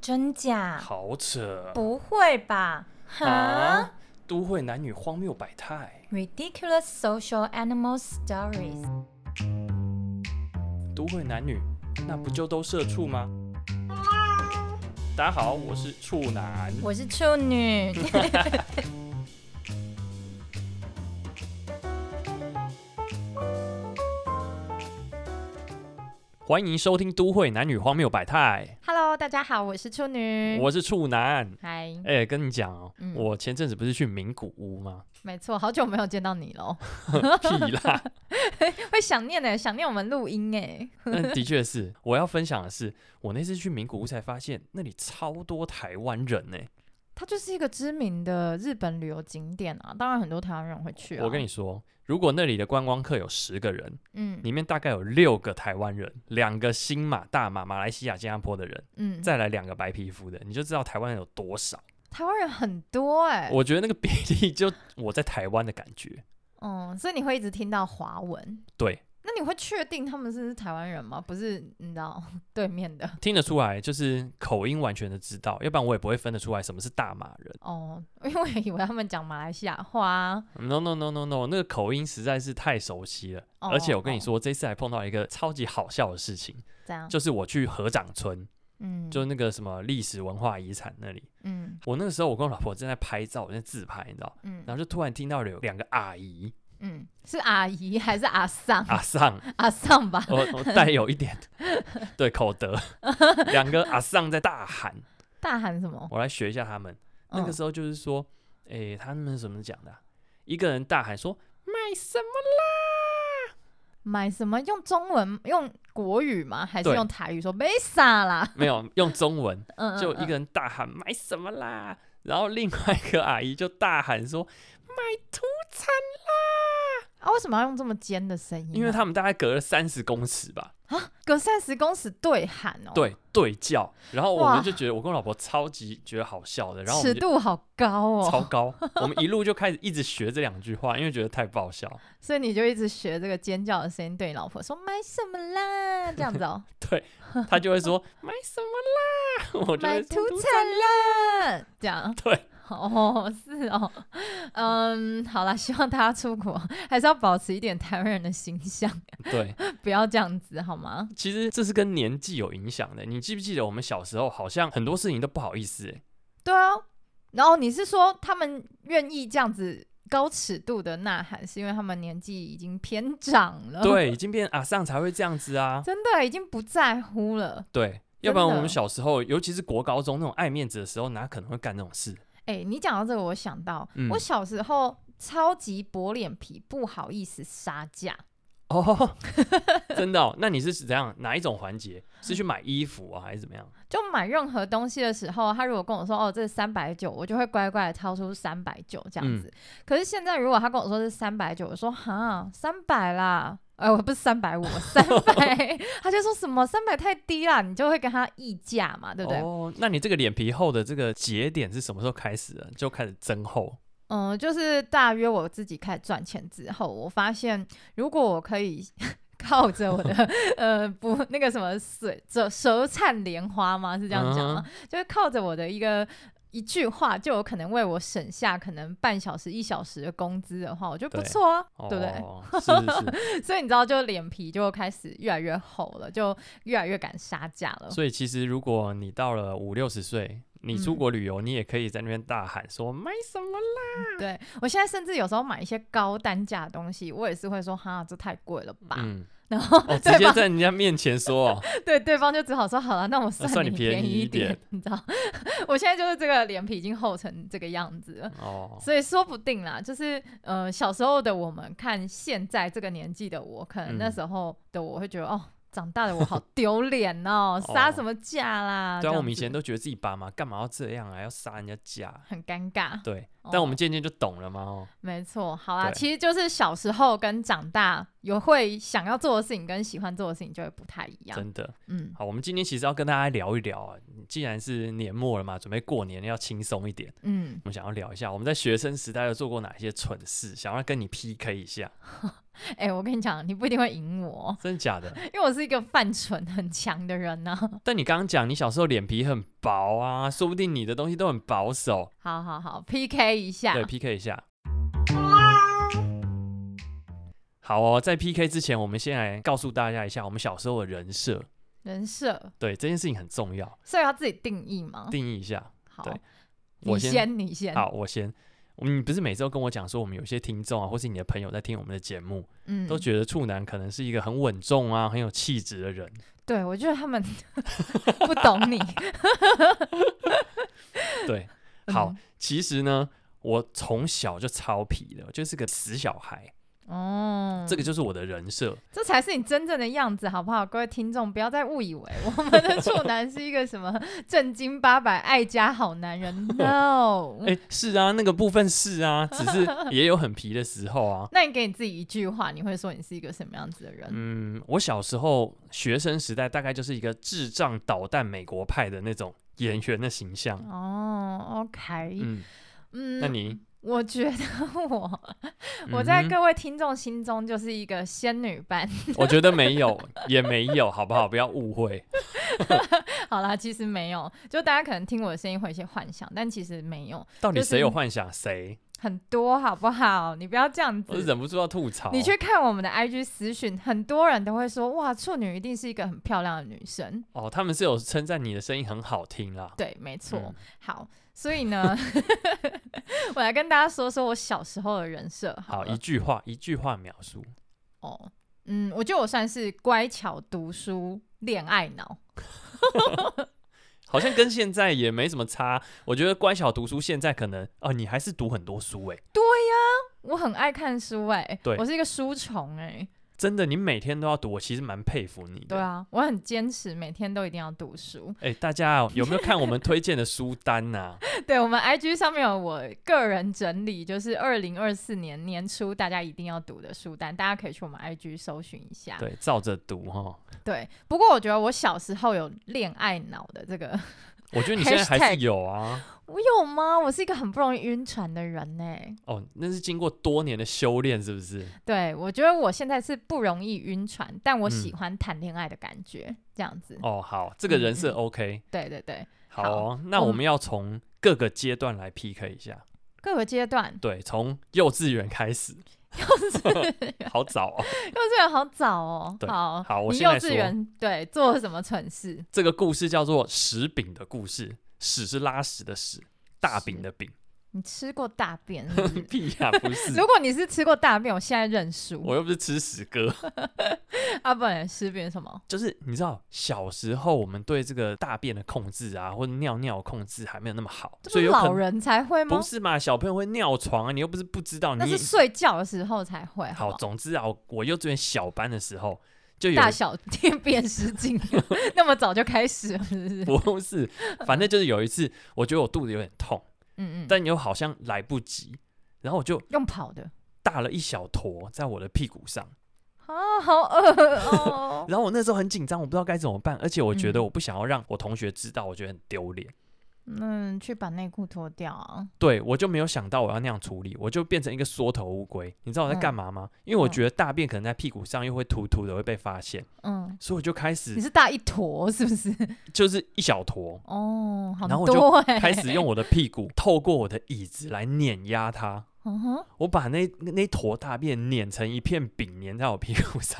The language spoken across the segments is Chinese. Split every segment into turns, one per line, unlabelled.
真假？
好扯
不会吧？啊哈
啊！都会男女荒谬百态，
，Ridiculous social animal stories。
都会男女那不就都社畜吗？大家好，我是处男。
我是处女，
欢迎收听《都会男女荒谬百态
Hello，大家好，我是处》，女。
我是处男。
嗨，
哎、跟你讲哦、
嗯
我前阵子不是去名古 屋吗？
没错，好久没有见到你喽，
屁啦，
会想念呢、欸想念我们录音哎、
但的确是。我要分享的是，我那次去名古屋才发现，那里超多台湾人欸呢、
它就是一个知名的日本旅游景点啊，当然很多台湾人会去啊。
我跟你，说，如果那里的观光客有十个人，
嗯
里面大概有六个台湾人，两个新马、大马、马来西亚、新加坡的人，
嗯，
再来两个白皮肤的，你就知道台湾人有多少。
台湾人很多哎、
我觉得那个比例就我在台湾的感觉。
嗯，所以你会一直听到华文。
对，
那你会确定他们是台湾人吗？不是，你知道 对面的
听得出来，就是口音完全的知道，要不然我也不会分得出来什么是大马人。
哦，因为我以为他们讲马来西亚话啊。
No no no no no，那个口音实在是太熟悉了。
哦
而且我跟你
哦
说，这次还碰到一个超级好笑的事情，
这样，
就是我去合掌村，
嗯，
就是那个什么历史文化遗产那里。
嗯
我那个时候我跟我老婆正在拍照，我在自拍，你知道，
嗯
然后就突然听到有两个阿姨
嗯，是阿姨还是阿桑？
阿丧，
阿桑吧。
我我带有 一点对口德，两个阿丧在大喊，
大喊什么？
我来学一下他们。那个
嗯
时候就是说，诶、他们怎么讲的啊、一个人大喊说卖什么？
买什么？用中文用国语吗？还是
对
用台语说没啥啦？
没有用中文，
嗯，嗯
就一
嗯
个人大喊买什么啦，然后另外一个阿姨就大喊说买土产，
啊，为什么要用这么尖的声音啊、
因为他们大概隔了三十公尺吧，
隔三十公尺对喊哦，，
对对叫，然后我
哇
们就觉得我跟我老婆超级觉得好笑的，然后我
尺
们就
度好高
超
哦，
高，我们一路就开始一直学这两句话，因为觉得太爆笑。
所以你就一直学这个尖叫的声音，对你老婆说买什么啦，这样子哦，
对他就会说 买什么啦，我就
买
会
土
说
产啦，这样。
对，
哦，是哦，嗯，好啦，希望大家出国还是要保持一点台湾人的形象，
对，
不要这样子好吗？
其实这是跟年纪有影响的。你记不记得我们小时候好像很多事情都不好 意思、欸？
对啊，然后你是说他们愿意这样子高尺度的呐喊，是因为他们年纪已经偏长了，，
对，已经变阿上才会这样子啊。
真的已经不在乎了。
对，
真的
要不然我们小时候，尤其是国高中那种爱面子的时候，哪可能会干这种事？
哎、你讲到这个，我想到、
嗯
我小时候超级薄脸皮，不好意思杀价。
哦，真的、哦？那你是怎样哪一种环节？是去买衣服啊，还是怎么样？
就买任何东西的时候，他如果跟我说哦这三百九，我就会乖乖的掏出三百九这样
嗯
子。可是现在如果他跟我说是三百九，我说哈三百啦，呃我不是三百五，三百，他就说什么三百太低啦，你就会跟他议价嘛，对不对？
哦，那你这个脸皮厚的这个节点是什么时候开始的？就开始增厚
嗯，就是大约我自己开始赚钱之后，我发现如果我可以 靠着我的呃不那个什么水舌舌灿莲花吗？是这样讲吗？就是靠着我的一个。一句话就有可能为我省下可能半小时、一小时的工资的话，我觉得不
对
错啊，
哦，
对不对？
不对？是是是。
所以你知道，就脸皮就开始越来越厚了，就越来越敢杀价了。
所以其实如果你到了五六十岁，你
嗯
出国旅游，你也可以在那边大喊说买什么啦。
对我现在甚至有时候买一些高单价的东西，我也是会说哈，这太贵了吧。
嗯，
然后、
哦，直
对
接
吧？
在人家面前说哦，
对，对方就只好说好了，那我
算
你
你便
宜
宜一
点
点，
你知道？我现在就是这个脸皮已经厚成这个样子了。
哦
所以说不定啦，就是呃，小时候的我们看现在这个年纪的我，可能那
嗯
时候的我会觉得，哦，长大的我好丢脸 哦，杀
哦
什么价啦？这
对啊，
样
我们以
子
前都觉得自己爸妈干嘛要这样啊，要杀人家价。
很尴尬。
对，
哦
但我们渐渐就懂了嘛。哦，
没错，好啦，
对
其实就是小时候跟长大有会想要做的事情跟喜欢做的事情就会不太一样。
真的。
嗯，
好，我们今天其实要跟大家聊一聊啊，既然是年末了嘛，准备过年要轻松一点，
嗯，
我们想要聊一下我们在学生时代有做过哪些蠢事，想要跟你 PK 一下。
哎、我跟你讲，你不一定会赢我，
真的假的？
因为我是一个犯蠢很强的人呢、
但你刚刚讲你小时候脸皮很薄啊，说不定你的东西都很保守。
好好好，PK 一下。
对，PK 一下。好哦，在 PK 之前，我们先来告诉大家一下我们小时候的人设。
人设，
对，这件事情很重要，
所以要自己定义嘛。
定义一下。
好
对，我
你
先
先，你先。
好，我先。嗯你不是每次都跟我讲说，我们有些听众啊，或是你的朋友在听我们的节目，
嗯，
都觉得处男可能是一个很稳重啊、很有气质的人。
对，我觉得他 们不懂你。
对，好
嗯，
其实呢，我从小就超皮的，就是个死小孩，
哦，
这个就是我的人设。
这才是你真正的样子，好不好？各位听众，不要再误以为我们的处男是一个什么正经八百、爱家好男 人。No，、
嗯 哎、是啊，那个部分是啊，只是也有很皮的时候啊。
那你给你自己一句话，你会说你是一个什么样子的人？
嗯，我小时候学生时代大概就是一个智障捣蛋美国派的那种演员的形象。
哦，OK，
嗯，
嗯，
那你
我觉得我我在
嗯
各位听众心中就是一个仙女般。
我觉得没有，也没有，好不好？不要误会。
好啦，其实没有，就大家可能听我的声音会有一些幻想，但其实没有
到底
就是
谁有幻想谁？
很多，好不好？你不要这样
我是
子。
忍不住要吐槽。
你去看我们的 IG 私讯，很多人都会说哇，处女一定是一个很漂亮的女生。
哦，他们是有称赞你的声音很好听啦。
对，没错。
嗯
好，所以呢， 我来跟大家说说我小时候的人设好
好，
了。
一句话，一句话描述。
哦，嗯，我觉得我算是乖巧、读书、恋爱脑。
好像跟现在也没什么差。我觉得乖巧读书现在可能哦，你还是读很多书欸诶、
我很爱看书哎、
对
我是一个书虫哎、
真的，你每天都要读，我其实蛮佩服你的。
对啊，我很坚持，每天都一定要读书。
哎、大家哦有没有看我们推荐的书单啊呐、
对我们 IG 上面有我个人整理，就是二零二四年年初大家一定要读的书单，大家可以去我们 IG 搜寻一下。
对，照着读哈。
对不过我觉得我小时候有恋爱脑的这个，
我觉得你现在还
Hashtag
是有啊。
我有吗？我是一个很不容易晕船的人呢、
哦，那是经过多年的修炼，是不是？
对，我觉得我现在是不容易晕船，但我
嗯
喜欢谈恋爱的感觉，这样子。
哦，好，这个人设
嗯
OK。
对对对，
好
好
哦，那
我
我
们
们要从各个阶段来 PK 一下。
各个阶段，
对，从幼稚园开始， 好早哦。
幼稚园好早哦。
对
好，
好我
你
先
幼
来
稚
说
园对做了什么蠢事？
这个故事叫做屎饼的故事，屎是拉屎的屎，大饼的饼。
你吃过大便是不是？
屁呀、不是
如，果你是吃过大便，我现在认输。
我又不是吃屎哥。
啊，不然吃便什么？
就是你知道，小时候我们对这个大便的控制啊，或者尿尿的控制还没有那么好，
这不
所
是
以有可
老
能
人才会吗
不？是嘛？小朋友会尿床啊，你又不是不知道。
那
你
是睡觉的时候才会。
好，
好不好，
总之啊，我幼稚园小班的时候就有
大小便便失 禁，那么早就开始了，是不是？
不是，反正就是有一次，我觉得我肚子有点痛，
嗯嗯。
但又好像来不及，然后我就
用跑的
大了一小坨在我的屁股上。
啊，好饿哦。
然后我那时候很紧张，我不知道该怎么办，而且我觉得
嗯
我不想要让我同学知道，我觉得很丢脸。
嗯，去把内裤脱掉啊。
对我就没有想到我要那样处理，我就变成一个缩头乌龟。你知道我在干嘛吗？因为我
嗯
觉得大便可能在屁股上又会突突的，会被发现，
嗯，
所以我就开
你
始
是大一坨是不是？
就是一小坨，
哦，好
然后我就
多哎、
开始用我的屁股透过我的椅子来碾压它。
嗯哼，
我把那那坨大便碾成一片饼，粘在我屁股上，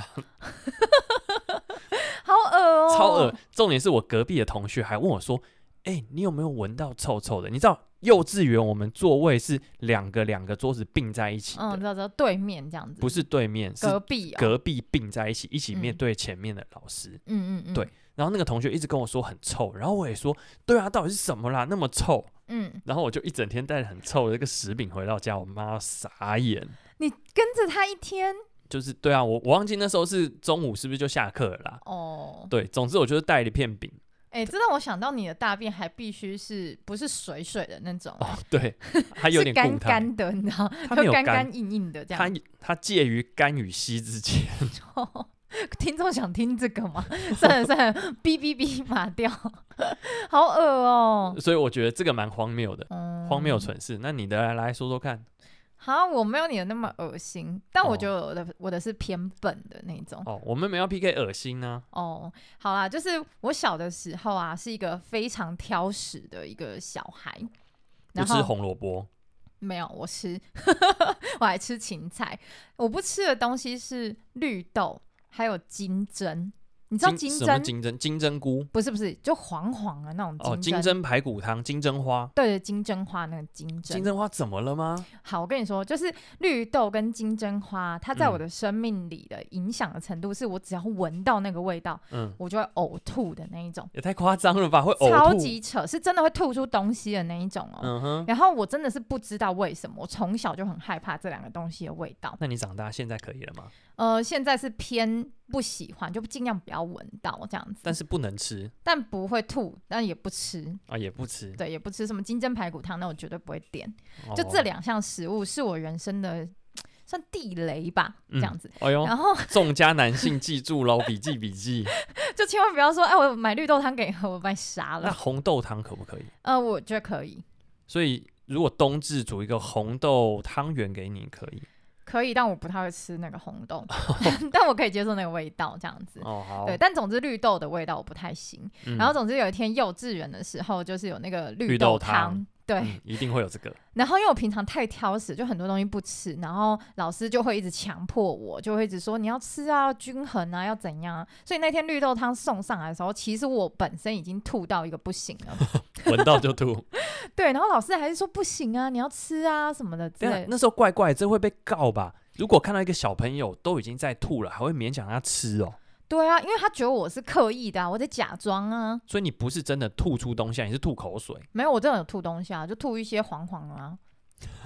好恶哦、
超恶。重点是我隔壁的同学还问我说：“哎、你有没有闻到臭臭的？”你知道幼稚园我们座位是两个两个桌子并在一起
嗯，
的，
知道知道，对面这样子，
不是对面，是
隔壁、哦，
隔壁并在一起，一起面
嗯
对前面的老师。
嗯嗯嗯，
对，然后那个同学一直跟我说很臭，然后我也说，对啊，到底是什么啦，那么臭。
嗯，
然后我就一整天带着很臭的这个食饼回到家，我妈傻眼，
你跟着他一天
就是对啊，我我忘记那时候是中午是不是就下课了啦？
哦，
对，总之我就是带了一片饼。
哎、这让我想到你的大便还必须是不是水水的那种、
哦， 对，它有
是
点
干
固态，
干的，你知道，
它没有
就干
干，
干硬硬的这
它
样。
它介于干与稀之间。
听众想听这个吗？ 算了算了，哔哔哔，码掉， 好恶哦、
所以我觉得这个蛮荒谬的，
嗯
荒谬蠢事。那你的来来说说看，
好，我没有你的那么恶心，但我
哦
觉得我的、我的是偏笨的那种。
哦，我们没有 PK 恶心啊呢、
哦，好啦，就是我小的时候啊，是一个非常挑食的一个小孩，
不
然
吃
后
红萝卜，
没有我吃， 我还吃芹菜，我不吃的东西是绿豆还有金针，你知道金
什么
针？
金针金针菇
不是不是，就黄黄的那种
哦，
金
金
针。
针排骨汤、金针花，
对对，金针花那个金针
金，针花怎么了吗？
好，我跟你说，就是绿豆跟金针花，它在我
嗯
的生命里的影响的程度，是我只要闻到那个味道，
嗯，
我就会呕吐的那一种，
也太夸张了吧，会呕吐。
超级扯，是真的会吐出东西的那一种哦。
嗯哼，
然后我真的是不知道为什么，我从小就很害怕这两个东西的味道。
那你长大现在可以了吗？
呃，现在是偏不喜欢，就尽量不要闻到这样子，
但是不能吃
但不会吐，但也不吃，
啊，也不吃，哦
对，也不吃什么金针排骨汤，那我绝对不会点。就这
里。
两项食物是我人生的算地雷吧，这
嗯
样子。
哎呦，
然后
众家男性记住喽，笔记笔记。
就千万不要说，哎，我买绿豆汤给你喝，我把你杀
那
了。
红豆汤可不可以？
呃，我觉得可以，
所以如果冬至煮一个红豆汤圆给你，可以
可以，但我不太会吃那个红豆， 但我可以接受那个味道，这样子。
哦，好
对，，但总之绿豆的味道我不太行。
嗯
然后总之有一天幼稚园的时候，就是有那个
绿
绿
豆
豆
汤
汤，对。
嗯一定会有这个，
然后因为我平常太挑食，就很多东西不吃，然后老师就会一直强迫我，就会一直说你要吃啊，均衡啊，要怎样啊、所以那天绿豆汤送上来的时候，其实我本身已经吐到一个不行 了，
闻到就吐。
对。然后老师还是说不行啊，你要吃啊什么的之
对
类
啊，
的。
那时候怪怪，这会被告吧？如果看到一个小朋友都已经在吐了，还会勉强他吃哦，
对啊，因为他觉得我是刻意的、啊，我在假装啊，
所以你不是真的吐出东西啊来，你是吐口水。
没有，我真的有吐东西啊，就吐一些黄黄的啊。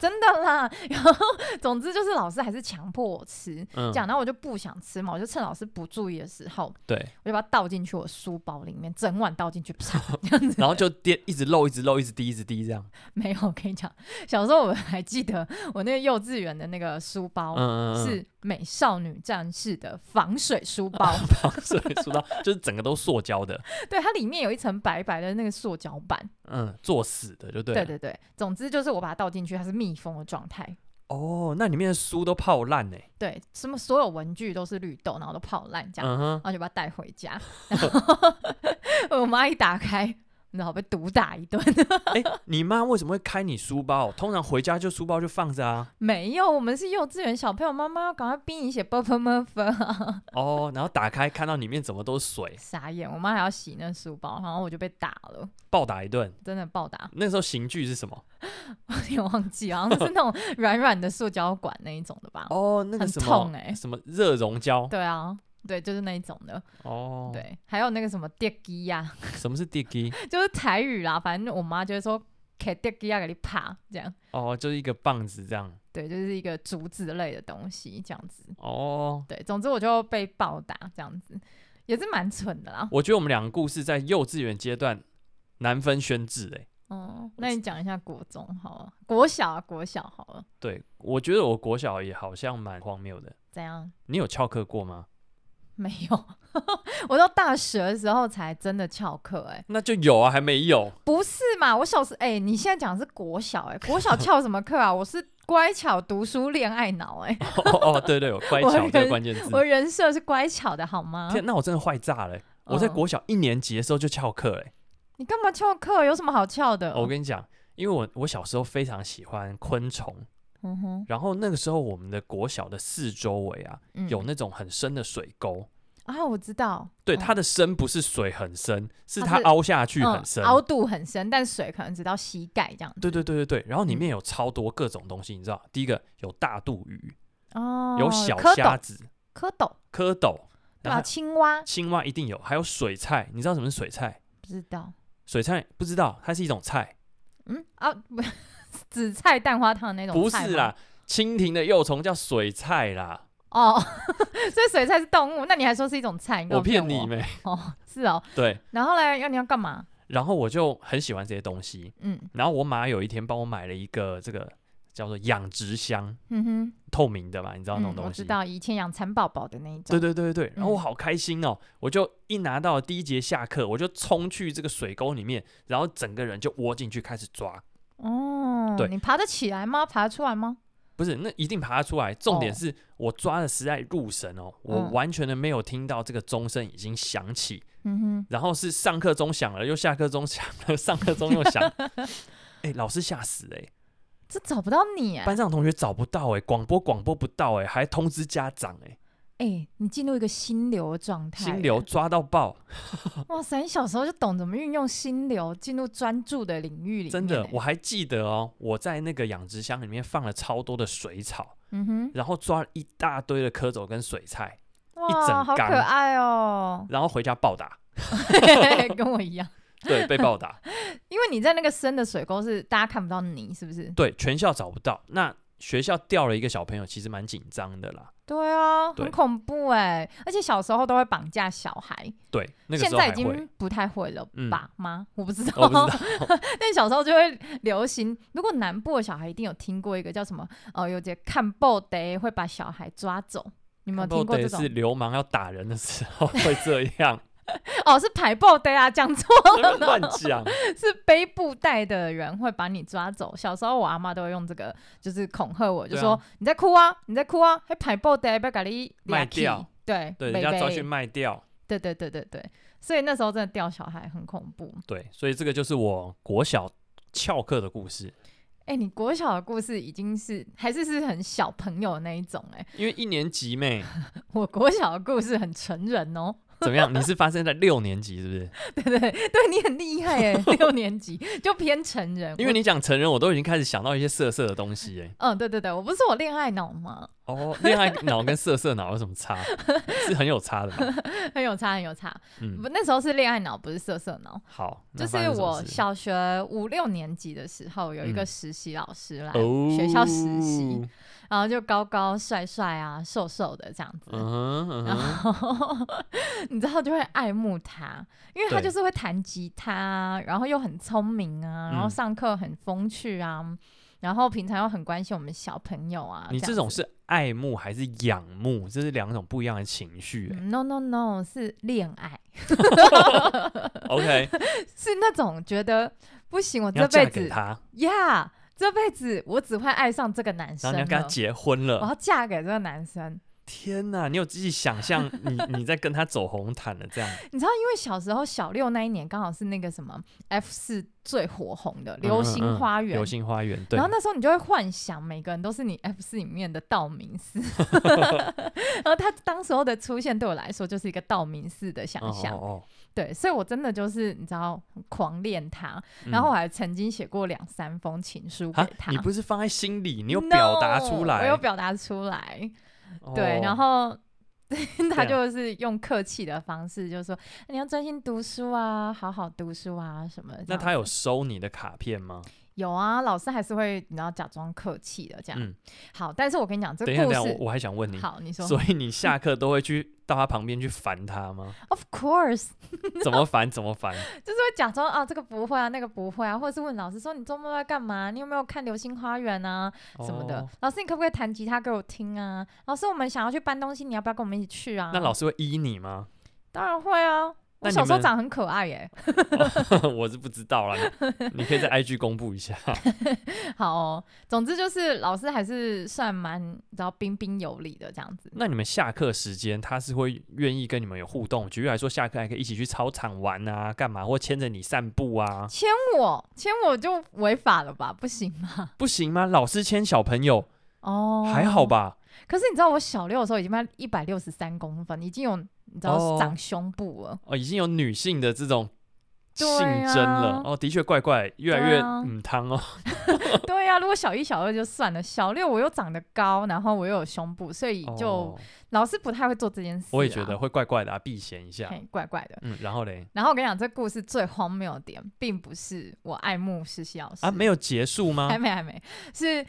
真的啦， 然后总之就是老师还是强迫我吃，
嗯
这，样，然后我就不想吃嘛，我就趁老师不注意的时候，
对，
我就把它倒进去我书包里面，整碗倒进去，啪
然后就跌，一直漏，一直漏，一直滴，一直滴这样。
没有。我跟你讲，小时候我还记得我那个幼稚园的那个书包。
嗯嗯嗯，
哦
哦
是美少女战士的防水书包，
防水塑料就是整个都塑胶的，
对，它里面有一层白白的那个塑胶板，
嗯，做死的就对
对
了。
对对，总之就是我把它倒进去，它是密封的状态，
哦，那里面的书都泡烂呢。欸
对，什么所有文具都是绿豆，然后都泡烂这样，
嗯哼，
然后就把它带回家，然后 我妈一打开，你知道被毒打一顿，
哎、你妈为什么会开你书包？通常回家就书包就放着啊。
没有，我们是幼稚园小朋友，妈妈要赶快逼你写 b u r p l e m u r p 啊！
哦，然后打开看到里面怎么都是水，
傻眼，我妈还要洗那书包，然后我就被打了，
暴打一顿。
真的暴打，
那时候刑具是什
哦
么？
我有点忘记，好像是那种软软的塑胶管那一种的吧？
哦，那个
很
什么
痛、欸
什么热熔胶。
对啊，对，就是那一种的，
哦，，
对，还有那个什么电机呀，
什么是地 基？
就是台语啦，反正我妈就会说给电机啊呀给你爬这样。
哦，就是一个棒子这样。
对，就是一个竹子类的东西，这样子。
哦，
对，总之我就被暴打，这样子也是蛮蠢的啦。
我觉得我们两个故事在幼稚园阶段难分轩轾。哎，
哦，那你讲一下国中好了，国小啊，国小好了，
对，我觉得我国小也好像蛮荒谬的。
怎样？
你有翘课过吗？
没有， 我到大学的时候才真的翘课、哎，
那就有啊，还没有。
不是嘛？我小时，哎、你现在讲的是国小、哎，国小翘什么课啊？我是乖巧、读书、恋爱脑、哎，
哦哦，对对，有乖
我
巧这个
人
关键字。
我人设是乖巧的好吗？
天，那我真的坏炸了欸、我在
嗯
国小一年级的时候就翘课哎、
你干嘛翘课？有什么好翘的？
我跟你讲，因为我我小时候非常喜欢昆虫，
嗯哼，
然后那个时候我们的国小的四周围啊，
嗯
有那种很深的水沟。
啊，我知道，
对，
嗯
它的深不是水很深，是
它
它
是
凹下去很深。
嗯，凹度很深，但水可能只到膝盖这样子。
对对对对对，然后里
嗯
面有超多各种东西，你知道，第一个有大肚鱼，
哦，
有小
蝌
虾
蚪，
子、
蝌蚪，
蝌蚪，
对
然后
吧？青蛙，
青蛙一定有，还有水菜，你知道什么是水菜？
不知道。
水菜不知道，它是一种菜，
嗯啊， 不，紫菜蛋花汤的那
不
种菜吗
是啦，蜻蜓的幼虫叫水菜啦。
哦， 所以水菜是动物，那你还说是一种菜？你干
我
嘛
骗你
我
没？
哦，是哦。
对，
然后嘞，要你要干嘛？
然后我就很喜欢这些东西。
嗯
然后我妈有一天帮我买了一个这个叫做养殖箱，
哼嗯哼，
透明的嘛，你知道那种
嗯
东西？
我知。道，以前养蚕宝宝的那一
对
种。
对对对对，然后我
嗯
好开心哦！我就一拿到第一节下课，我就冲去这个水沟里面，然后整个人就窝进去开始抓。
哦，
对
你爬得起来吗？爬得出来吗？
不是，那一定爬得出来。重点
哦
是我抓的实在入神哦，我
嗯
完全的没有听到这个钟声已经响起，
嗯哼，
然后是上课钟响了，又下课钟响了， 上课钟又 响。哎、老师吓死哎、
这找不到你啊！
班上同学找不到哎、广播广播不到哎、还通知家长哎、
哎、你进入一个心流的状态，
心流。抓到爆，
哇塞，你小时候就懂怎么运用心流，进入专注的领域里面欸。
真的，我还记得哦，我在那个养殖箱里面放了超多的水草，
嗯哼，
然后抓了一大堆的蝌蚪跟水菜，一
哇，
整
好可
缸
爱哦、
然后回家暴打，
跟我一样。
对，被暴打，
因为你在那个深的水沟是大家看不到你，是不是？
对，全校找不到。那学校调了一个小朋友，其实蛮紧张的啦。
对啊，
对
很恐怖哎、而且小时候都会绑架小孩，
对，那个
现
时候
在已
还会。
经不太会了
嗯
吧？吗？我不知道，
我不知道，
但小时候就会流行。如果南部的小孩一定有听过一个叫什么，呃，有节看报的欸会把小孩抓走，你们有听过这
得
种
哦是？流氓要打人的时候会这 样，
哦，是排报的啊，讲错，
乱讲。
是背布袋的人会把你抓走。小时候我阿妈都会用这个，就是恐吓我，就
对啊
说、你在哭啊，你在哭啊，还排报的不要把你
卖掉，
对
对，
没
人家抓
被
去卖掉。
对对对对对，所以那时候真的掉小孩很恐怖。
对，所以这个就是我国小翘课的故事。
哎、你国小的故事已经是还是是很小朋友的那一种哎、
因为一年级妹
我国小的故事很成人哦、
怎么样？你是发生在六年级是不是？
对对对，对你很厉害哎、六年级就偏成人，
因为
你
你讲成人，我都已经开始想到一些色色的东西哎。
嗯对对对，我不是我恋爱脑吗？
哦，恋爱脑跟色色脑有什么差？是很有差的嘛。
很有差很有差，
嗯，
不那时候是恋爱脑，不是色色脑。
好，那
就
发
是
生什么
我
事
小学五六年级的时候，有一个
嗯
实习老师来、
哦，
学校实习，然后就高高帅帅啊，瘦瘦的这样子。
嗯哼嗯
然
哼，
后 你知道就会爱慕他，因为他
对
就是会弹吉他，然后又很聪明啊，然后
嗯
上课很风趣啊，然后平常又很关心我们小朋友啊。
你
这
这
样
种
子、
是爱慕还是仰慕？这是两种不一样的情绪、欸。
嗯 no no no 是恋爱，
OK，
是那种觉得不行，我
你要
这辈
嫁给
子
他，
呀这辈子我只会爱上这个男
然
生
后你要跟他
了，
结婚
我
了。
要嫁给这个男生。
天哪，你有自己想象你你在跟他走红毯了这样？
你知道，因为小时候小六那一年刚好是那个什么 F 四最火红的《流
嗯嗯
星
嗯
花园》
流星花园，对
然后，那时候你就会幻想每个人都是你 F 四里面的道明寺， 然后他当时候的出现对我来说就是一个道明寺的想
哦
象，
哦哦，
对，所以我真的就是你知道狂恋他，然后我
嗯
还曾经写过两三封情书给
啊，
他，
你不是放在心里，你有表达
No，
出
我
来
有，表达出来，对
哦，
然后 他
对啊
就是用客气的方式就说你要专心读书啊，好好读书啊什么的这
那
样子。
他有收你的卡片吗？
有啊，老师还是会你知道假装客气的这样。
嗯，
好，但是我跟你讲这
等一下，
呃故
等一下，
事
我。我还想问你，
好，你说。
所以你下课都会去到他旁边去烦他吗？
Of course，
怎么烦？怎么烦？
就是会假装啊，这个不会啊，那个不会啊，或者是问老师说你周末在干嘛？你有没有看《流星花园》啊 什么的？
哦
老师，你可不可以弹吉他给我听啊？老师，我们想要去搬东西，你要不要跟我们一起去啊？
那老师会依你吗？
当然会啊，我
那你
小时候
们
长很可爱耶、
我是不知道啦，你你可以在 IG 公布一下。
好哦、总之就是老师还是算蛮你知道彬彬有礼的这样子。
那你们下课时间，他是会愿意跟你们有互动？举例来说，下课还可以一起去操场玩啊，干嘛？或牵着你散步啊？
牵我牵我就违法了吧？不行吗？
不行吗？老师牵小朋友、
哦，
还好？吧？
可是你知道我小六的时候已经快一百六十三公分，已经有你知道
哦
长胸部了。
哦，已经有女性的这种性
对啊
征了。哦，的确怪怪，越来
对
越
啊
嗯汤哦。
对啊呀、如果小一、小二就算了，小六我又长得高，然后我又有胸部，所以就、
哦
老师不太会做这件事、啊。
我也觉得，会怪怪的啊，避嫌一下。
嘿，怪怪的。
嗯，然后嘞
然后我跟你讲，这故事最荒谬的点，并不是我爱慕实习老师
啊，没
有，
有结束吗
还？没，还没，是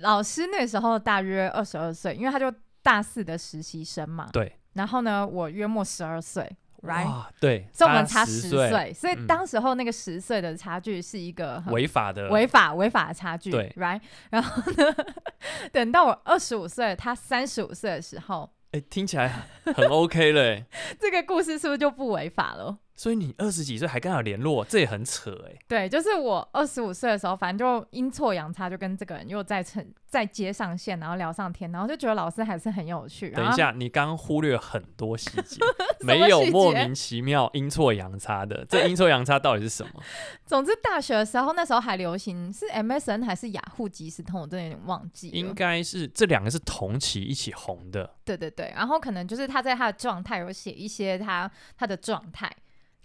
老师那时候大约二十二岁，因为他就大四的实习生嘛。
对。
然后呢，我约莫十二岁，right，
哇，对，
所以我们差
十
十，岁，所以
嗯
当时候那个十岁的差距是一个很
违法的，
违法违法的差距，
对
，right？然后呢， 等到我二十五岁，他三十五岁的时候，
哎，听起来很 OK 嘞。
这个故事是不是就不违法了？
所以你二十几岁还跟他有联络，这也很扯哎、
对，就是我二十五岁的时候，反正就阴错阳差就跟这个人又再成再接上线，然后聊上天，然后就觉得老师还是很有趣。
等
然
一
后，
下，你刚忽略很多细节
什么
没有
细
莫
节
名其妙阴错阳差的。这阴错阳差到底是什 么？
总之大学的时候，那时候还流行是 MSN 还是雅虎即时通，我真的有点忘记
应
了。
该是这两个是同期一起红的
对对对，然后可能就是他在他的状态有写一些他他的状态。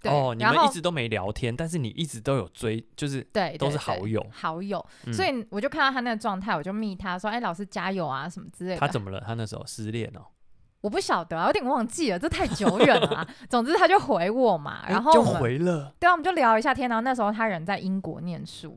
对
哦。你
然
们
后
一直都没聊天，但是你一直都有追，就是
对，
都
对
是好
对
友
好友，
嗯
所以我就看到他那个状态，我就密他说：“哎、老师加油啊，什么之类的。”
他怎么了？他那时候失恋哦，
我不晓得啊，有点忘记了，这太久远了啊、 总之他就回我嘛，
哎
然后
就
我们
回了
对啊，我们就聊一下天。然后那时候他人在英国念书，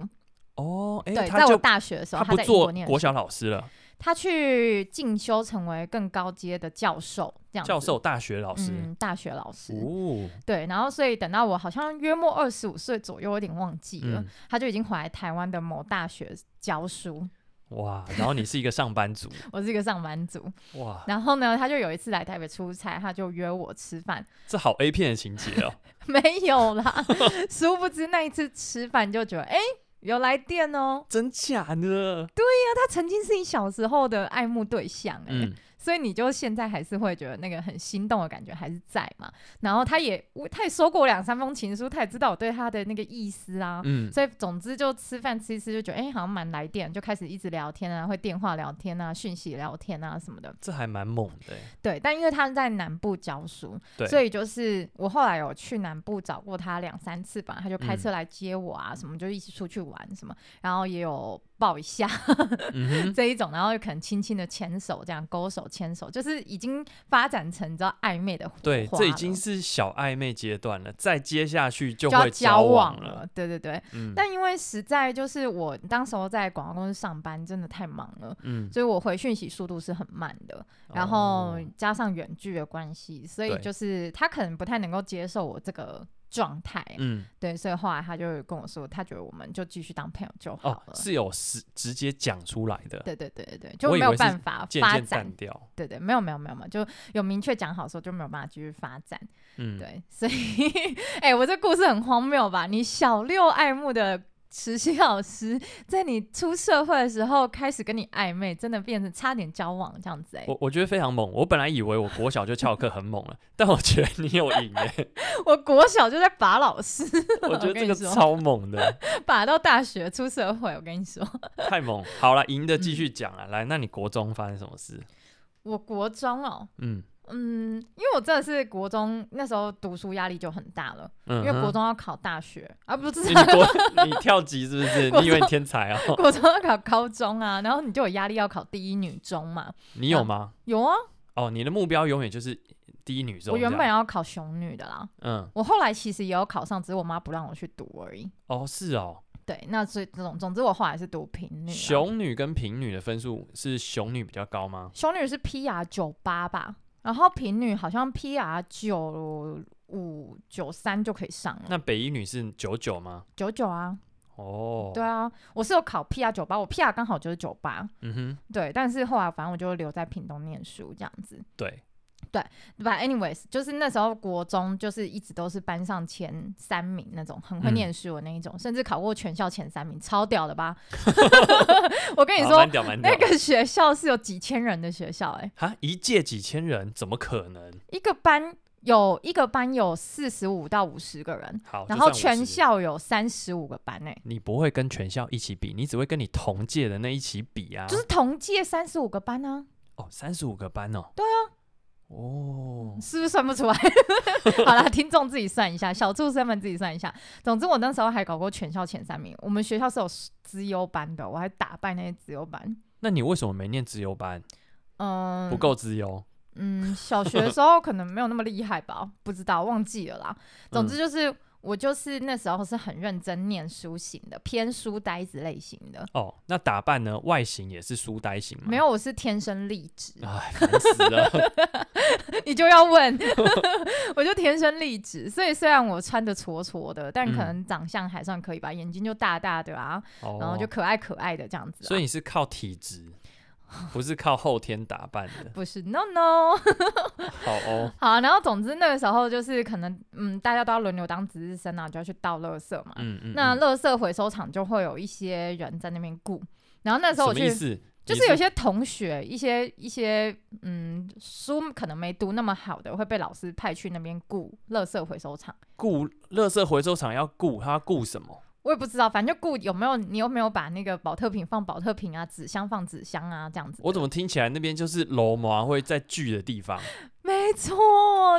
哦。哎，
对，在
他
我
就
大学的时候，
不
他在英
做
国念
国
书，
小老师了，
他去进修成为更高阶的教授，这样子
教授、大学老师
嗯，大学老师。
哦。
对，然后所以等到我好像约莫二十五岁左右，我有点忘记了，
嗯，
他就已经回来台湾的某大学教书。
哇！然后你是一个上班族，
我是一个上班族，
哇，
然后呢，他就有一次来台北出差，他就约我吃饭，
这好 A 片的情节哦。
没有 啦，殊不知那一次吃饭就觉得，哎、有来电哦，
真假的？
他曾经是你小时候的爱慕对象、哎、
嗯，
所以你就现在还是会觉得那个很心动的感觉还是在嘛。然后他也，我他也收过我两三封情书，他也知道我对他的那个意思啊。
嗯，
所以总之就吃饭吃一吃，就觉得哎、好像蛮来电，就开始一直聊天啊，会电话聊天啊，讯息聊天啊什么的。
这还蛮猛的欸。
对，但因为他在南部教书，
对，
所以就是我后来有去南部找过他两三次吧，他就开
嗯
车来接我啊，什么就一起出去玩什么，然后也有抱一下
嗯哼，
这一种，然后可能轻轻的牵手，这样勾手牵手，就是已经发展成你知道暧昧的火
对，
花
这已经
了
是小暧昧阶段了，再接下去就
就要
会
交
往
了。，对对对。
嗯
但因为实在就是我当时候在广告公司上班，真的太忙了。
嗯，
所以我回讯息速度是很慢的，然后
哦
加上远距的关系，所以
对
就是他可能不太能够接受我这个状态，
嗯
对，所以后来他就跟我说，他觉得我们就继续当朋友就好
哦
了。
是有直直接讲出来的，
对对对对对，就
我
没
以
有
为是
办法
渐
发
渐
展
淡。掉。
对对，没有没有没有嘛，就有明确讲好说就没有办法继续发展。
嗯，
对，所以哎、我这故事很荒谬吧？你小六爱慕的实习老师，在你出社会的时候开始跟你暧昧，真的变成差点交往这样子哎、
我我觉得非常猛。我本来以为我国小就翘课很猛了，但我觉得你有瘾哎、
我国小就在把老师
我觉得
我跟
这
你
个
说
超猛的，
把到大学出社会，我跟你说，
太猛。好了，赢的
嗯
继续讲啊，来，那你国中发生什么事？
我国中哦，
嗯
嗯，因为我真的是国中那时候读书压力就很大了，
嗯
因为
哼
国中要考大学啊，不是
你国你跳级是不是？
国
你以为你天才啊、
国中要考高中啊，然后你就有压力要考第一女中嘛。
你有吗？
有啊，
哦，你的目标永远就是第一女中
我
这样。
原本要考雄女的啦，
嗯
我后来其实也有考上，只是我妈不让我去读而已。
哦是哦，
对，那所以这种，总之我后来是读平女、啊。
雄女跟平女的分数是雄女比较高吗？
雄女是 PR 九八吧，然后平女好像 PR 九五九三就可以上了，
那北一女是九九吗？
九九啊，
哦，
对，啊，我是有考 PR 九八，我 PR 刚好就是九八，
嗯哼，
对，但是后来反正我就留在屏东念书这样子。
对，
But anyways，就是那时候国中就是一直都是班上前三名那种，很会
嗯
念书的那一种，甚至考过全校前三名，超屌的 吧？ 我跟你
啊
说
蛮，屌蛮屌
那。个学校是有几千人的学校、欸，
哈，一届几千人，怎么可能？
一个班有一个班有四十五到五十个人，
好，
然
哦就
后
算
全
50，
校有三十五个班、欸，
你不会跟全校一起比，你只会跟你同届的那一起比啊。
就是同届三十五个班啊，
哦，三十五个班哦。对啊。哦，
是不是算不出来？ 好啦，听众自己算一下，小畜生们自己算一下。总之，我那时候还搞过全校前三名，我们学校是有资优班的，我还打败那些资优班。
那你为什么没念资优班？
嗯，
不够资优。
嗯，小学的时候可能没有那么厉害 吧，不知道忘记了啦。
嗯
总之就是、我就是那时候是很认真念书型的，偏书呆子类型的。
哦，那打扮呢？外形也是书呆型吗？
没有，我是天生丽质，
哎，烦死了！
你就要问， 我就天生丽质，所以虽然我穿的矬矬的，但可
嗯
能长相还算可以吧，眼睛就大大的啊，
哦
然后就可爱可爱的这样子、啊。
所以你是靠体质，不是靠后天打扮的。
不是，no no。
好哦，
好，然后总之那个时候就是可能，嗯，大家都要轮流当值日生啊，就要去倒垃圾嘛。
嗯嗯，
那
嗯
垃圾回收场就会有一些人在那边顾，然后那时
什
候我
么
去
意，思？
就
你
是有些同学，一些一些嗯书可能没读那么好的，会被老师派去那边顾垃圾回收场。
雇垃圾回收厂要雇，他雇什么？
我也不知道，反正就顾有没有你有没有把那个保特瓶放保特瓶啊，纸箱放纸箱啊，这样子的。
我怎么听起来那边就是楼麻会在聚的地方？
没错，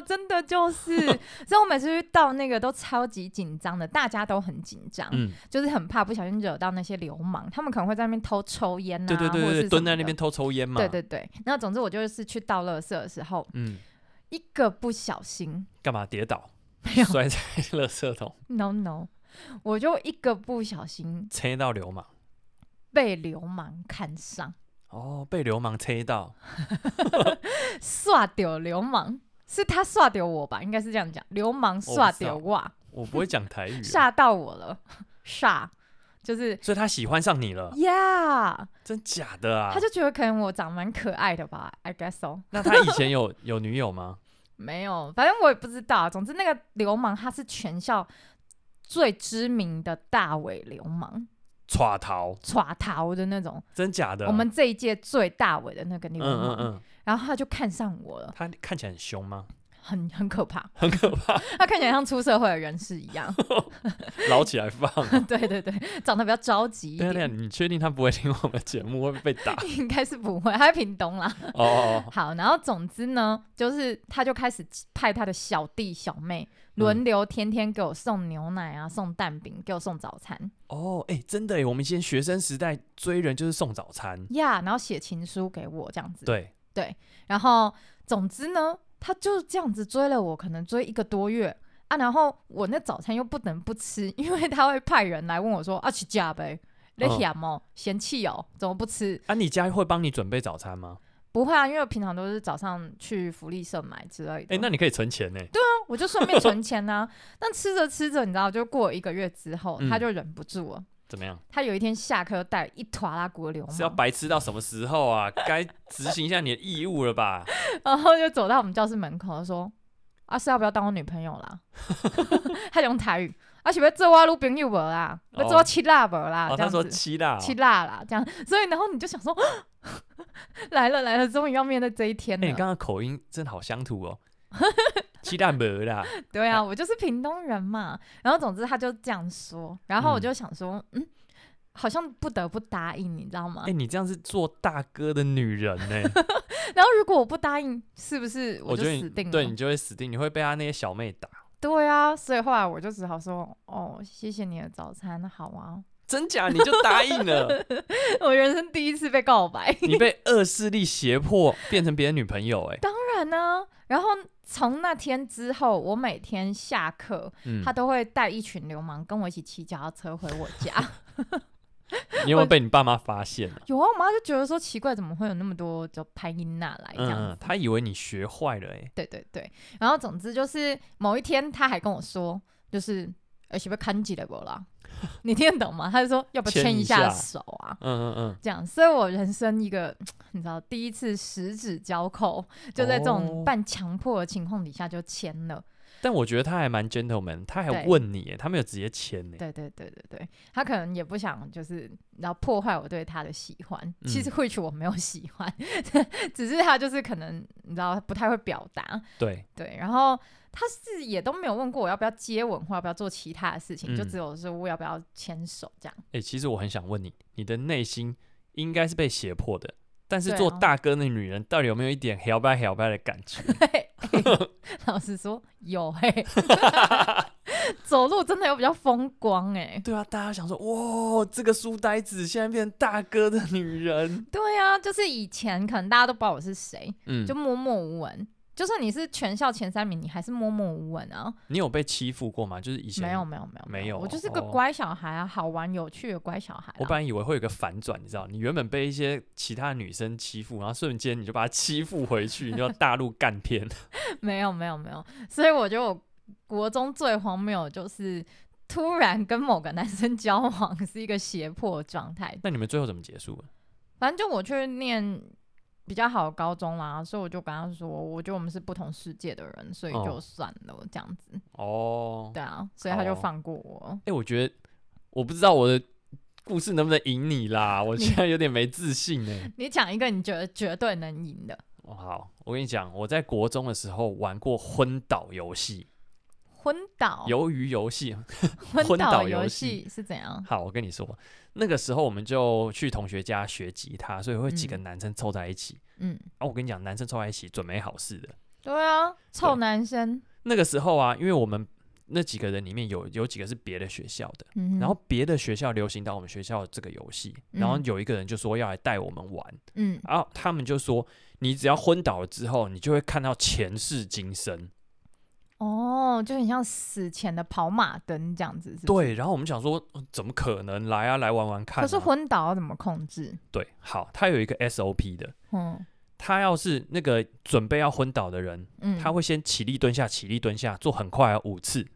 真的 就是，所以我每次去到那个都超级紧张的，大家都很紧张，
嗯，
就是很怕不小心惹到那些流氓，他们可能会在那边偷抽烟啊，
对对对
或者
对
是
对，
什
蹲
么
在那
的
边。偷抽烟嘛。
对对对，那总之我就是去倒垃圾的时候，
嗯，
一个不小心
干嘛跌倒？
没有
摔在 垃圾桶，
，no no，我就一个不小心
切到流氓。
被流氓看上，
哦，被流氓切到，
刷掉流氓，是他刷掉我吧？应该是这样讲，流
哦
氓刷掉我，
我不会讲台语、啊，
吓到我了，吓，就是
所以他喜欢上你了，
，yeah。
真假的啊
他？就觉得可能我长蛮可爱的吧，I guess so。
那他以前有有女友吗？
没有，反正我也不知道。啊总之，那个流氓他是全校最知名的大尾流氓，
耍逃，
耍逃的那种，
真假的？
我们这一届最大尾的那个
嗯
流
啊嗯
氓。
嗯，
然后他就看上我了，
他看起来很凶吗？
很很可怕，很可怕。 他看起来像出社会的人士一样。
捞起来放。
对对对，长得比较着急一
对啊对啊，
点。
你确定他不会听我们节目会不会被 打？
应该是不会，他在屏东啦。
哦哦，哦
好，然后总之呢，就是他就开始派他的小弟小妹轮流天天给我送牛奶啊，送蛋饼，给我送早餐
哦，哎、真的哎，我们以前学生时代追人就是送早餐，
呀然后写情书给我这样子。
对，
然后总之呢，他就这样子追了我，可能追一个多月啊，然后我那早餐又不能不吃，因为他会派人来问我说啊去家呗。你
嗯
嫌哦，嫌弃哦，怎么不吃？
啊，你家会帮你准备早餐吗？
不会啊，因为我平常都是早上去福利社买之类的。
哎、那你可以存钱呢，
我就顺便存钱呐、 但吃着吃着，你知道，就过了一个月之后，
嗯
他就忍不住了。
怎么样？
他有一天下课带一坨拉古的流
是要
氓，
白痴到什么时候 啊？该执行一下你的义务了吧？
然后就走到我们教室门口说：“阿、啊、是要不要当我女朋友啦？” 他用台语，啊是要做我女朋友无啦，
哦
要做我七辣无啦，啊
哦，
这
他
样
说
子
七啦、哦，
七辣啦，这样。所以然后你就想说， 来了来了，终于要面对这一天
哎、你
了。
刚刚口音真的好乡土 哦，七大没啦，
对
哎
啊，我就是屏东人嘛。然后总之他就这样说，然后我
嗯
就想说，嗯。好像不得不答应，你知道吗？
哎、你这样是做大哥的女人呢，
然后如果我不答应，是不是
我
就
觉得
死定
你
了？
对你就会死定，你会被他那些小妹打，
对啊，所以后来我就只好说，哦，谢谢你的早餐，好啊。
真假你就答 应了，
我人生第一次被告白，
你被恶势力胁迫变成别人女朋友哎、
当然呢、然后从那天之后，我每天下课，
嗯
他，都会带一群流氓跟我一起骑脚踏车回我家。
你有没有
我
被你爸妈发现啊？
有啊，我妈就觉得说奇怪，怎么会有那么多就拍音娜来哎这样
嗯，
子
嗯，？他以为你学坏了哎、
对对对，然后总之就是某一天他还跟我说，就是而且被看起来不啦， 你听得懂吗？他就说要不要
牵
牵
一
一下
下
手啊，
嗯嗯嗯，
这样。所以我人生一个你知道第一次十指交扣，就在这
哦
种半强迫的情况底下就签了。
但我觉得他还蛮 gentleman，他还
对
问你哎耶，他没有直接签哎呢。
对对对对对，他可能也不想就是然后破坏我对他的喜欢，其
嗯
实 which 我没有喜欢， 只是他就是可能你知道不太会表达，
对，
对，然后他是也都没有问过我要不要接吻或要不要做其他的事情，就
嗯
只有说我要不要牵手这样。
哎、其实我很想问你，你的内心应该是被胁迫的，但是
对
做
啊
大哥的女人到底有没有一点摇摆摇摆的感觉？
嘿嘿老实说，有嘿、 走路真的有比较风光哎、
对啊，大家想说，哇，这个书呆子现在变成大哥的女人，
对啊，就是以前可能大家都不知道我是谁，
嗯，
就默默无闻。就算你是全校前三名，你还是默默无闻啊！
你有被欺负过吗？就是以前
没有，没有，没有，
没有
我就是个
哦
乖小孩啊，好玩有趣的乖小孩、啊。
我本来以为会有个反转，你知道，你原本被一些其他女生欺负，然后瞬间你就把她欺负回去，你就大陆干片。
没有没有没有，所以我觉得我国中最荒谬的就是突然跟某个男生交往是一个胁迫的状态。
那你们最后怎么结束的？
反正就我去念比较好的高中啦，所以我就跟他说，我觉得我们是不同世界的人，所以
哦
就算了这样子。
哦，哎、
对啊，所以他就
哦
放过我。
我觉得我不知道我的故事能不能赢你啦，我
你
现在有点没自信呢、
你讲一个你觉得绝对能赢的
哦好，我跟你讲，我在国中的时候玩过昏倒游戏、
昏倒，
鱿鱼游戏。
昏
昏倒
倒
游
游
戏
戏是怎样？
好，我跟你说，那个时候我们就去同学家学吉他，所以会几个男生凑在一起。
嗯，
啊，我跟你讲，男生凑在一起准没好事的。
对啊，臭男生。
那个时候啊，因为我们那几个人里面有有几个是别的学校的，
嗯哼，
然后别的学校流行到我们学校这个游戏，然后
嗯
有一个人就说要来带我们玩，
嗯，
然后他们就说你只要昏倒了之后，你就会看到前世今生。
哦，就很像死前的跑马灯这样子，是不是。
对，然后我们想说、呃怎么可能来啊，来玩玩看、啊。
可是昏倒要怎么控制？
对，好，他有一个 SOP 的，
嗯
他要是那个准备要昏倒的人，
嗯，
他会先起立蹲下，起立蹲下，做很快啊五次。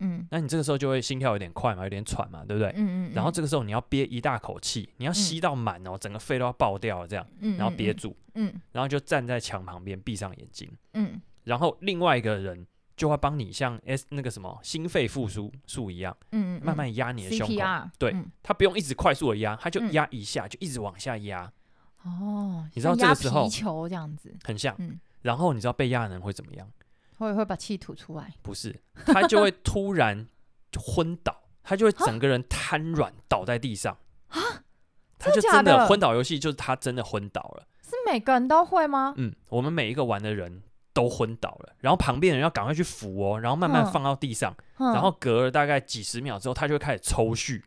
嗯
那你这个时候就会心跳有点快嘛，有点喘嘛，对不对？
嗯嗯，
然后
嗯
这个时候你要憋一大口气，你要吸到满哦，整个肺都要爆掉了这样，
嗯，
然后憋
嗯
住，
嗯
然后就站在墙旁边闭上眼睛，
嗯
然后另外一个人就会帮你像 S 那个什么心肺复苏术一样，
嗯，嗯
慢慢压你的胸口。
CPR
对
嗯
他不用一直快速的压，他就
嗯
压一下，就一直往下压，
哦，
你知道
像
这个
压
时候
皮球这样子
很像。
嗯
然后你知道被压的人会怎么样？
会会把气吐出来，
不是，他就会突然就昏 倒，他就会
啊
整个人瘫软倒在地上。他
真
就
的假
真的
的
昏倒游戏，就是他真的昏倒了。
是每个人都会吗？
嗯，我们每一个玩的人都昏倒了，然后旁边的人要赶快去扶哦，然后慢慢
嗯
放到地上，
嗯
然后隔了大概几十秒之后，他就会开始抽搐，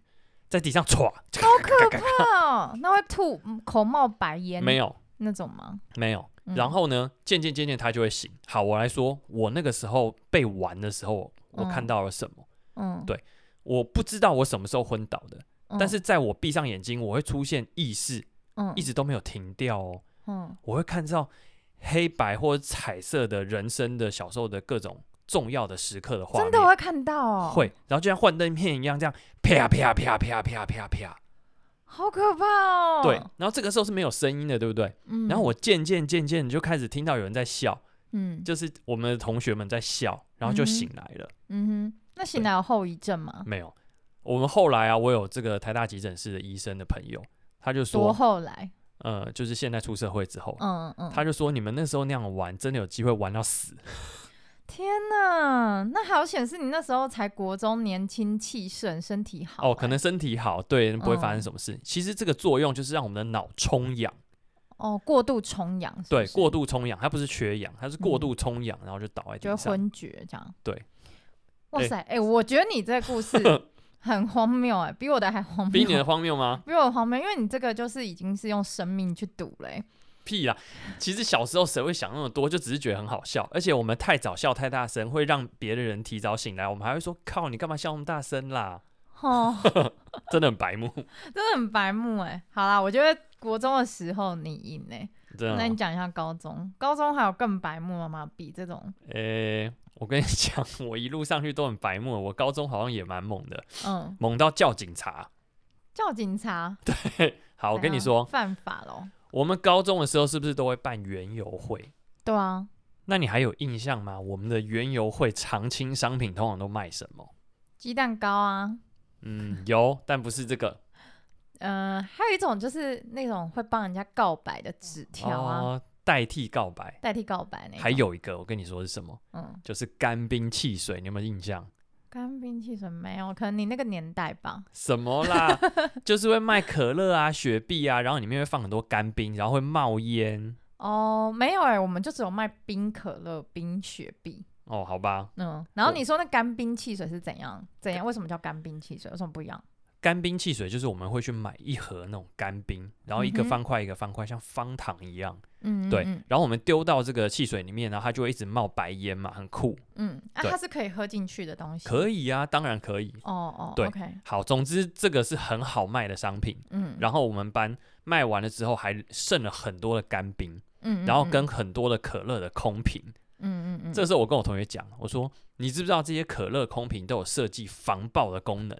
在地上歘，
好可怕哦，那会吐嗯口冒白烟，
没有
那种吗？
没有。
嗯
然后呢，渐渐渐渐他就会醒。好，我来说，我那个时候被玩的时候，我看
嗯
到了什么？
嗯，
对我不知道我什么时候昏倒的，
嗯
但是在我闭上眼睛，我会出现意识，
嗯
一直都没有停掉哦。
嗯
我会看到黑白或者彩色的人生的小时候的各种重要的时刻的画面，
真的会看到哦，
会，然后就像幻灯片一样，这样啪啪啪啪啪啪啪，
好可怕哦，
对。然后这个时候是没有声音的，对不对？
嗯，
然后我渐渐渐渐就开始听到有人在笑，
嗯
就是我们的同学们在笑，然后就
嗯哼
醒来了。
嗯哼，那醒
对
来有后遗症吗？
没有，我们后来啊，我有这个台大急诊室的医生的朋友，他就
多
说，
后来，
呃，就是现在出社会之后，
嗯嗯，
他就说你们那时候那样玩，真的有机会玩到死。
天哪，那好显示你那时候才国中，年轻气盛，身体好欸、
哦，可能身体好，对，不会发生
嗯
什么事。其实这个作用就是让我们的脑充氧，
哦过度重氧是不
对，
是
过度充氧，它不是缺氧，它是过
嗯
度充氧，然后就倒在
就
地
会
上。
昏厥这样。
对，
哇
哎
塞，哎、我觉得你这个故 事很荒谬哎、比我的还荒谬，
比你的荒谬吗？
比我的荒谬，因为你这个就是已经是用生命去赌嘞、欸。
屁啦！其实小时候谁会想那么多，就只是觉得很好笑，而且我们太早笑太大声，会让别的人提早醒来。我们还会说：“靠，你干嘛笑那么大声啦
哦，？”
真的很白目，
真的很白目哎、好啦，我觉得国中的时候你赢哎、
真的
那你
哦。
讲一下高中，高中还有更白目了吗？比这种，
诶、我跟你 讲，我一路上去都很白目。我高中好像也蛮猛的，
嗯，
猛到叫警察。
叫警察。
好，我
怎
跟你
样
说，
犯法咯。
我们高中的时候是不是都会办园游会？
对啊，
那你还有印象吗？我们的园游会常青商品通常都卖什么？
鸡蛋糕啊，
嗯，有，但不是这 个
呃，还有一种就是那种会帮人家告白的纸条啊，
哦，代替告白。
代替告白那种。
还，有一个，我跟你说是什么？
嗯，
就是干冰汽水，你有没有印象？
干冰汽水没有，可能你那个年代吧。
什么啦？ 就是会卖可乐啊、雪碧啊，然后里面会放很多干冰，然后会冒烟。
哦，没有哎、我们就只有卖冰可乐、冰雪碧。
哦，好吧，
嗯，然后
我
你说那干冰汽水是怎样？怎样？为什么叫干冰汽水？有什么不一样？
干冰汽水就是我们会去买一盒那种干冰，然后一
嗯
个
哼
方块一个方块，像方糖一样。
嗯，
对
嗯，
然后我们丢到这个汽水里面，然后它就会一直冒白烟嘛，很酷。
嗯，啊，
对
它是可以喝进去的东西。
可以啊，当然可以。
哦哦，
对
o k
好，总之这个是很好卖的商品。
嗯，
然后我们班卖完了之后，还剩了很多的干冰，
嗯，嗯
然后跟很多的可乐的空瓶。
嗯嗯嗯，
这时候我跟我同学讲，我说：“你知不知道这些可乐空瓶都有设计防爆的功能，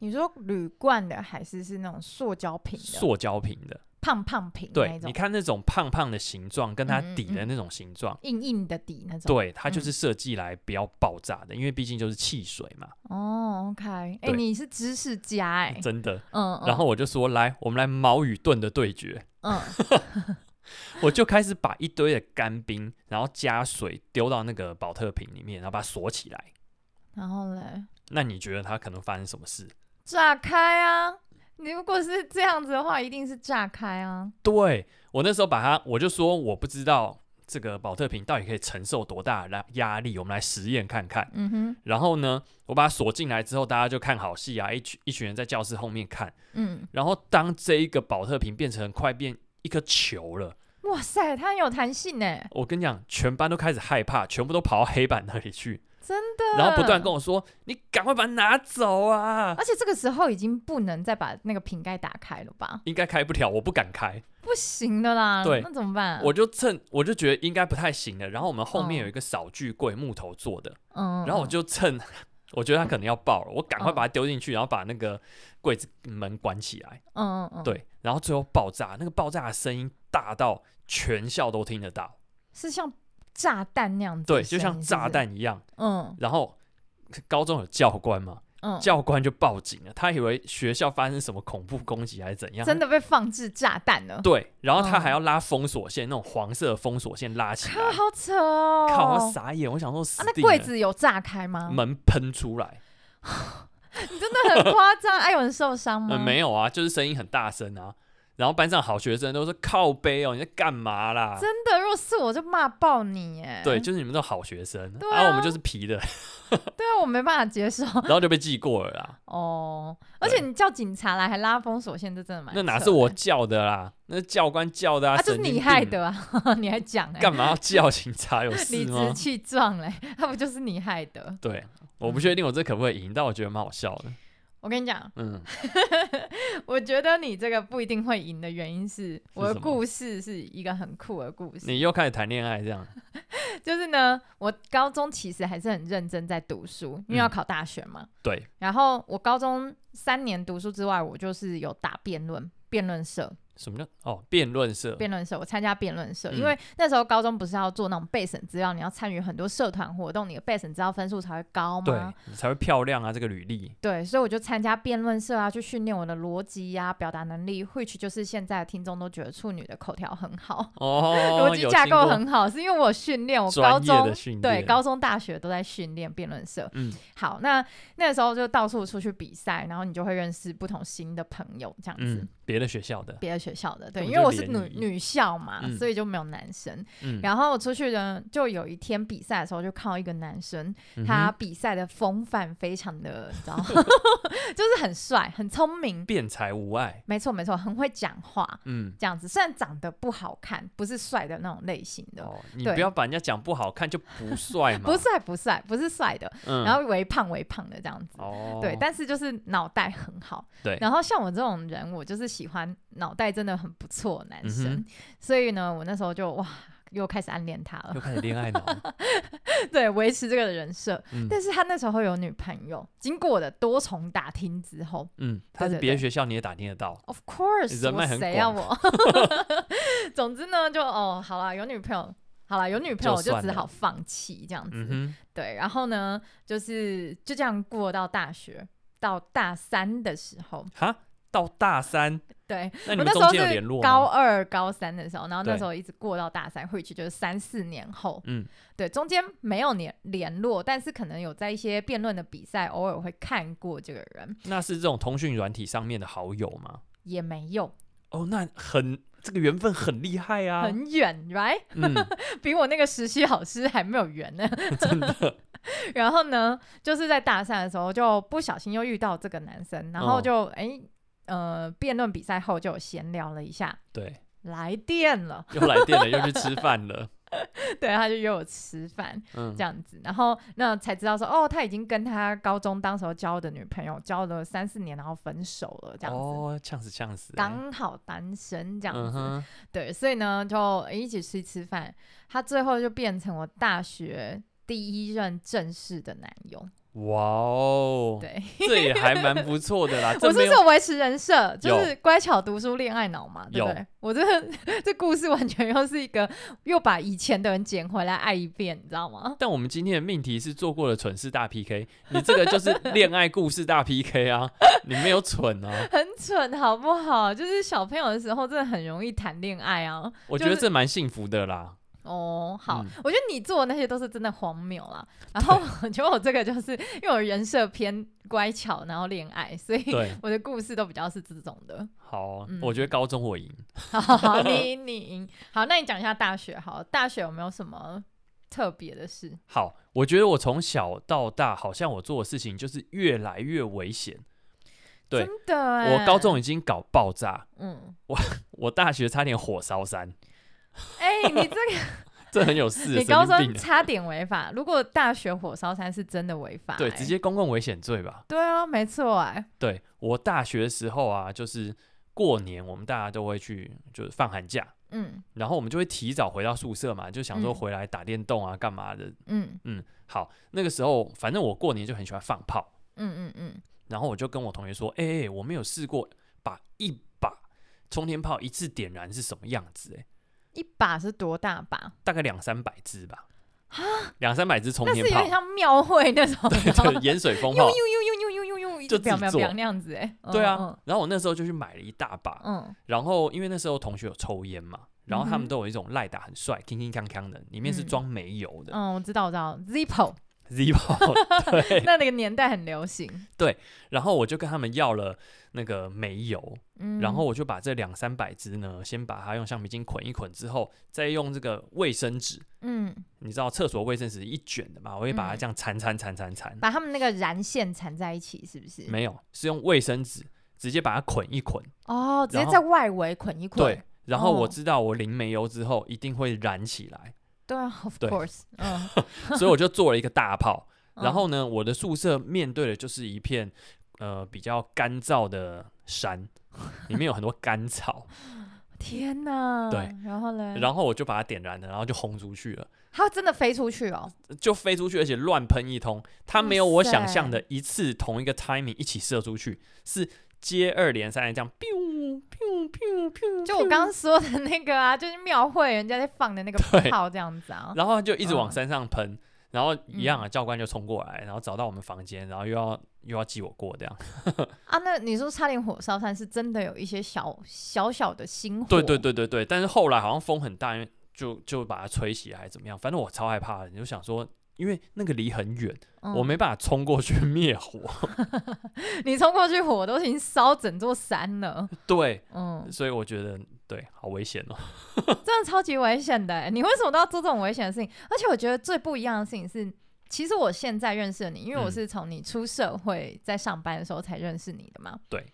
你说铝罐的还是是那种塑胶瓶的？
塑胶瓶的。”
胖胖瓶那
对
一，种
你，看那种胖胖的形状跟它
嗯嗯
底的
嗯
那种形状，
硬硬的底那种。
对，它就
嗯
是设计来不要爆炸的，因为毕竟就是汽水嘛，
哦，OK，哎、
对
你是知识家哎、
真的。
嗯，嗯
然后我就说，来，我们来矛与盾的对决。
嗯，
我就开始把一堆的干冰，然后加水丢到那个保特瓶里面，然后把它锁起来。
然后嘞，
那你觉得它可能发生什么事？
炸开啊！你如果是这样子的话，一定是炸开啊。
对我那时候把它，我就说我不知道这个保特瓶到底可以承受多大的压力，我们来实验看看。
嗯哼，
然后呢，我把它锁进来之后，大家就看好戏啊，一群一群人在教室后面看。
嗯，
然后当这一个保特瓶变成快变一颗球了，
哇塞，它很有弹性哎、
我跟你讲，全班都开始害怕，全部都跑到黑板那里去，
真的。
然后不断跟我说：“你赶快把它拿走啊
而且这个时候已经不能再把那个瓶盖打开了吧？！”
应该开不了，我不敢开，
不行的啦，
对
那怎么办？
我就趁我就觉得应该不太行了。然后我们后面
嗯
有一个扫具柜，木头做的，
嗯，
然后我就趁我觉得它可能要爆了，我赶快
嗯
把它丢进去，然后把那个柜子门关起来。
嗯嗯嗯，，
对，然后最后爆炸，那个爆炸的声音大到全校都听得到，
是像炸弹那样子的
对，
声
就
音，
像炸
是
弹一样。
不是，嗯
然后高中有教官嘛，
嗯，
教官就报警了，他以为学校发生什么恐怖攻击还是怎样，
真的被放置炸弹了，
对，然后他
嗯
还要拉封锁线，那种黄色封锁线拉起
靠，
来，
啊好扯哦！
啊靠，我傻眼，我想说死
啊，那
定
柜
了
子有炸开吗？
门喷出来，
你真的很夸张，哎，有人受伤吗？
嗯，没有啊，就是声音很大声啊，然后班上好学生都说靠背哦，你在干嘛啦？
真的，如果是我就骂爆你哎！
对，就是你们都好学生，
对
我们
啊
就是皮的，
对啊，我没办法接受
然后就被记过了啦。
哦。而且你叫警察来还拉封锁线，这真的蛮
那哪
扯
是我
的
叫的啦？那是教官叫的
啊？就是
神
你
经
害
病，
的啊！ 你还讲哎，
干嘛要叫警察？有
理
事
直
吗？
气壮嘞， 那不就是你害的？
对，我不确定我这可不可以赢，但我觉得蛮好笑的。
我跟你讲，
嗯，
我觉得你这个不一定会赢的原因是，我
什
的
么
故事是一个很酷的故事。
你又开始谈恋爱这样？
就是呢，我高中其实还是很认真在读书，因为要考大学嘛。
嗯对，
然后我高中三年读书之外，我就是有打辩论。辩论社，
什么叫哦？辩论社？
辩论社，我参加辩论社，
嗯
因为那时候高中不是要做那种备审资料，你要参与很多社团活动，你的备审资料分数才会高
对
嘛。，
你才会漂亮啊！这个履历，
对，所以我就参加辩论社啊，去训练我的逻辑呀、表达能力，which 就是现在的听众都觉得处女的口条很好，
哦，
逻辑
有
架
经
构
过
很好，是因为我训练，我高
专业
中
的训练，
对高中、大学都在训练辩论社。
嗯
好，那那时候就到处出去比赛，然后你就会认识不同新的朋友，这样子。
嗯，别的学校的，
别的学校的，对，
根本
因
就
为我是
联
女
谊
女校嘛，
嗯
所以就没有男生。
嗯，
然后我出去呢，就有一天比赛的时候，就看到一个男生，
嗯哼
他比赛的风范非常的，你知 道，就是很帅，很聪明，
辩才无碍，
没错没错，很会讲话，
嗯，
这样子。虽然长得不好看，不是帅的那种类型的，
哦，你
对
不要把人家讲不好看就 不帅嘛，
不，帅不帅，不是帅的，
嗯，
然后微胖微胖的这样子。
哦，
对，但是就是脑袋很好。
对
然后像我这种人，我就是喜欢脑袋真的很不错的男生，
嗯
所以呢，我那时候就哇，又开始暗恋他了
又。开始恋爱脑，
对，维持这个人设。
嗯
但是他那时候有女朋友，经过我的多重打听之后
嗯，他是
对
别的
对
学校你也打听得到，
，of
人
course，
脉
我
很
谁要我？ 总之呢，就哦，好啦，有女朋友，好啦，有女朋友，
就
我就
算
只
了
好放弃这样子。
嗯
对，然后呢，就是就这样过到大学，到大三的时候，
哼，哈，到 大三，
对
那你
我
们
那时
中
候
间有
是
联络
高
吗？
二、高三的时候，然后那
对
时候一直过到大三，回去就是三四年后，
嗯，
对，中间没有联联络，但是可能有在一些辩论的比赛，偶尔会看过这个人，
那是这种通讯软体上面的好友吗？
也没有
哦，那很这个缘分很厉害啊，
很远，right？
嗯，
比我那个实习老师还没有远呢，真的。 然后呢，就是在大三的时候，就不小心又遇到这个男生，然后
哦
就哎、呃，辩论比赛后就有闲聊了一下，
对，
来电了，
又来电了，又去吃饭了，
对，他就约我吃饭
嗯
这，样子，然后那才知道说，哦，他已经跟他高中当时候交的女朋友交了三四年，然后分手了，这样子。
哦，呛死呛死欸，
刚好单身这样
嗯
子，
哼，
对，所以呢就诶一起去吃饭，他最后就变成我大学第一任正式的男友，
哇哦，
对，
这也还蛮不错的啦。这
我
没
是
有
说维持人设，就
有
是乖巧读书恋爱脑嘛，对不
有
对？我这个这 故事完全又是一个又把以前的人捡回来爱一遍，你知道吗？
但我们今天的命题是做过了蠢事大 PK，你这个就是恋爱故事大 PK 啊， 你没有蠢啊，
很蠢好不好？就是小朋友的时候真的很容易谈恋爱啊。
我
就
觉得
是
这蛮幸福的 啦。
哦，好，
嗯
我觉得你做的那些都是真的荒谬啦。然后我觉得我这个就是因为我人设偏乖巧，然后恋爱，所以
对，
我的故事都比较是这种的。
好，啊
嗯
我觉得高中我赢。
好好，你你赢。好，那你讲一下大学好了，大学有没有什么特别的事？
好，我觉得我从小到大，好像我做的事情就是越来越危险。对
真的欸，
我高中已经搞爆炸，
嗯，
我大学差点火烧山，
哎、你 这个
这很有 事，
你
神
高
经病啊
中
的。
差点违法，如果大学火烧山是真的违法、
对，
哎
直接公共危险罪吧。
对啊，没错哎、
对我大学的时候啊，就是过年我们大家都会去，就是放寒假，
嗯
然后我们就会提早回到宿舍嘛，就想说
嗯
回来打电动啊，干嘛的？
嗯
嗯，好，那个时候反正我过年就很喜欢放炮，
嗯嗯嗯，
然后我就跟我同学说，哎、欸，我没有试过把一把冲天炮一次点燃是什么样子、欸，
一把是多大把？
大概两三百支吧，两三百支冲
啊那是
天
有
炮
点，像庙会那种，
对
然后
对，盐水风
呦呦，
炮
呦呦呦呦呦，一直
就自己
表表
做
表那样子哎、
对啊
嗯，，
然后我那时候就去买了一大把，
嗯
然后因为那时候同学有抽烟嘛，然后他
嗯哼
们都有一种赖打很帅，铿铿锵锵的，里面是
嗯
装煤油的
嗯，我知道我知道，Zippo
Zippo，对，
那那个年代很流行，
然后我就跟他们要了那个煤油，
嗯，
然后我就把这两三百支呢，先把它用橡皮筋捆一捆之后，再用这个卫生纸，
嗯，
你知道厕所卫生纸一卷的嘛，我会把它
嗯
这样缠缠缠缠缠，
把他们那个燃线缠在一起，是不是？
没有，是用卫生纸直接把它捆一捆，
哦，直接
然后
在外围捆一捆
对，。然后我
哦
知道我淋煤油之后一定会燃起来，
对啊，of
对
course，嗯，
所以我就做了一个 大炮。
嗯
然后呢，我的宿舍面对的就是一片呃比较干燥的山，里面有很多干草。
天哪，
对，
然后嘞，
然后我就把它点燃了，然后就轰出去了，
它真的飞出去哦，
就飞出去，而且乱喷一通。它没有
哇
我想
塞
象的一次同一个 timing 一起射出去，是接二连三的这样 biu biu biu biu，
就我刚刚说的那个啊，就是庙会人家在放的那个
对
炮这样子啊，
然后就一直往
嗯
山上喷。然后一样啊，教官就冲过来，然后找到我们房间，然后又要又要记我过这样。
啊，那你说差点火烧山是真的有一些小小小的星火，
对对，对对对，但是后来好像风很大，因为就就把它吹起来还是怎么样？反正我超害怕的，你就想说，因为那个离很远，
嗯
我没办法冲过去 灭火。
你冲过去，火都已经烧整座山了。
对，
嗯，
所以我觉得对，好危险哦。
真的超级危险的欸。你为什么都要做这种危险的事情？而且我觉得最不一样的事情是，其实我现在认识你，因为我
嗯
是从你出社会在上班的时候才认识你的嘛。
对，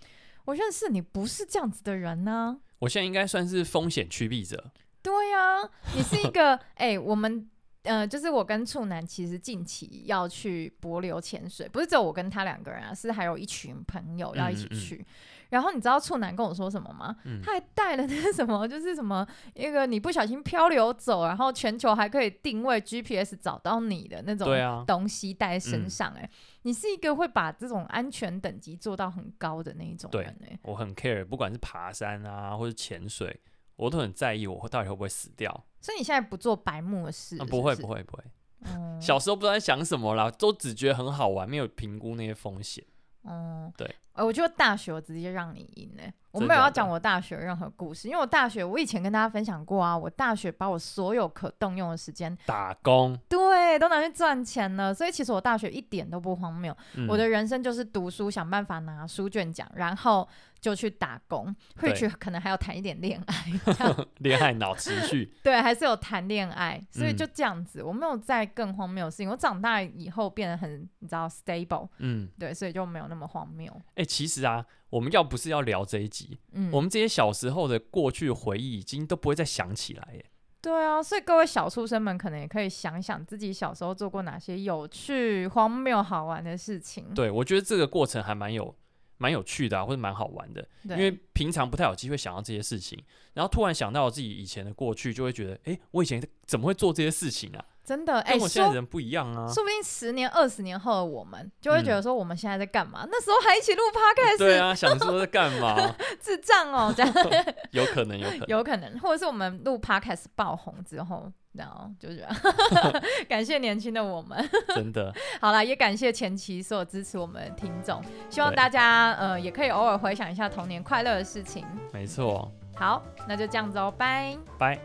我认识你不是这样子的人啊呢、
我现在应该算是风险趋避者，
对呀、你是一个 哎、我们。呃，就是我跟处男其实近期要去柏流潜水，不是只有我跟他两个人啊，是还有一群朋友要一起
嗯嗯嗯
去。然后你知道处男跟我说什么吗？
嗯
他还带了那个什么，就是什么一个你不小心漂流走，然后全球还可以定位 GPS 找到你的那种
对啊嗯
东西带在身上、哎、你是一个会把这种安全等级做到很高的那一种
对
人、哎，
我很 care，不管是爬山啊，或者潜水，我都很在意我到底会不会死掉。
所以你现在不做白目的事
啊，不会
是
不
是
会不会，
嗯
小时候不知道在想什么啦，都只觉得很好玩，没有评估那些风险。
哦，
对
呃，我觉得大学我直接让你赢哎、我
真
没有
假
要
的
讲我大学任何故事，因为我大学我以前跟大家分享过啊，我大学把我所有可动用的时间，
打工，
对，都拿去赚钱了，所以其实我大学一点都不荒谬，
嗯、
我的人生就是读书，想办法拿书卷奖，然后就去打工，会
对
去可能还要谈一点恋爱 这样，
恋爱脑持续，
对，还是有谈恋爱，所以
嗯
就这样子，我没有再更荒谬的事情，我长大以后变得很你知道 stable，
嗯。
对，所以就没有那么荒谬，
哎、其实啊，我们要不是要聊这一集，
嗯，
我们这些小时候的过去回忆已经都不会再想起来耶。
对啊，所以各位小畜生们可能也可以想想自己小时候做过哪些有趣、荒谬、好玩的事情。
对，我觉得这个过程还蛮有蛮有趣的、啊，或者蛮好玩的，
对，
因为平常不太有机会想到这些事情，然后突然想到自己以前的过去，就会觉得，哎、我以前怎么会做这些事情啊？
真的，哎、
跟我现在
说
人不一样啊。嗯
说不定十年、二十年后的我们，就会觉得说我们现在在干嘛？那时候还一起录 podcast，
对啊，想说在干嘛？
智障哦，这样
有可能，有可能。
有可能，或者是我们录 podcast 爆红之后，然后就觉得 感谢年轻的我们。
真的，
好啦，也感谢前期所有支持我们的听众，希望
对
大家呃也可以偶尔回想一下童年快乐的事情。
没错。
好，那就这样子哦，拜。
拜。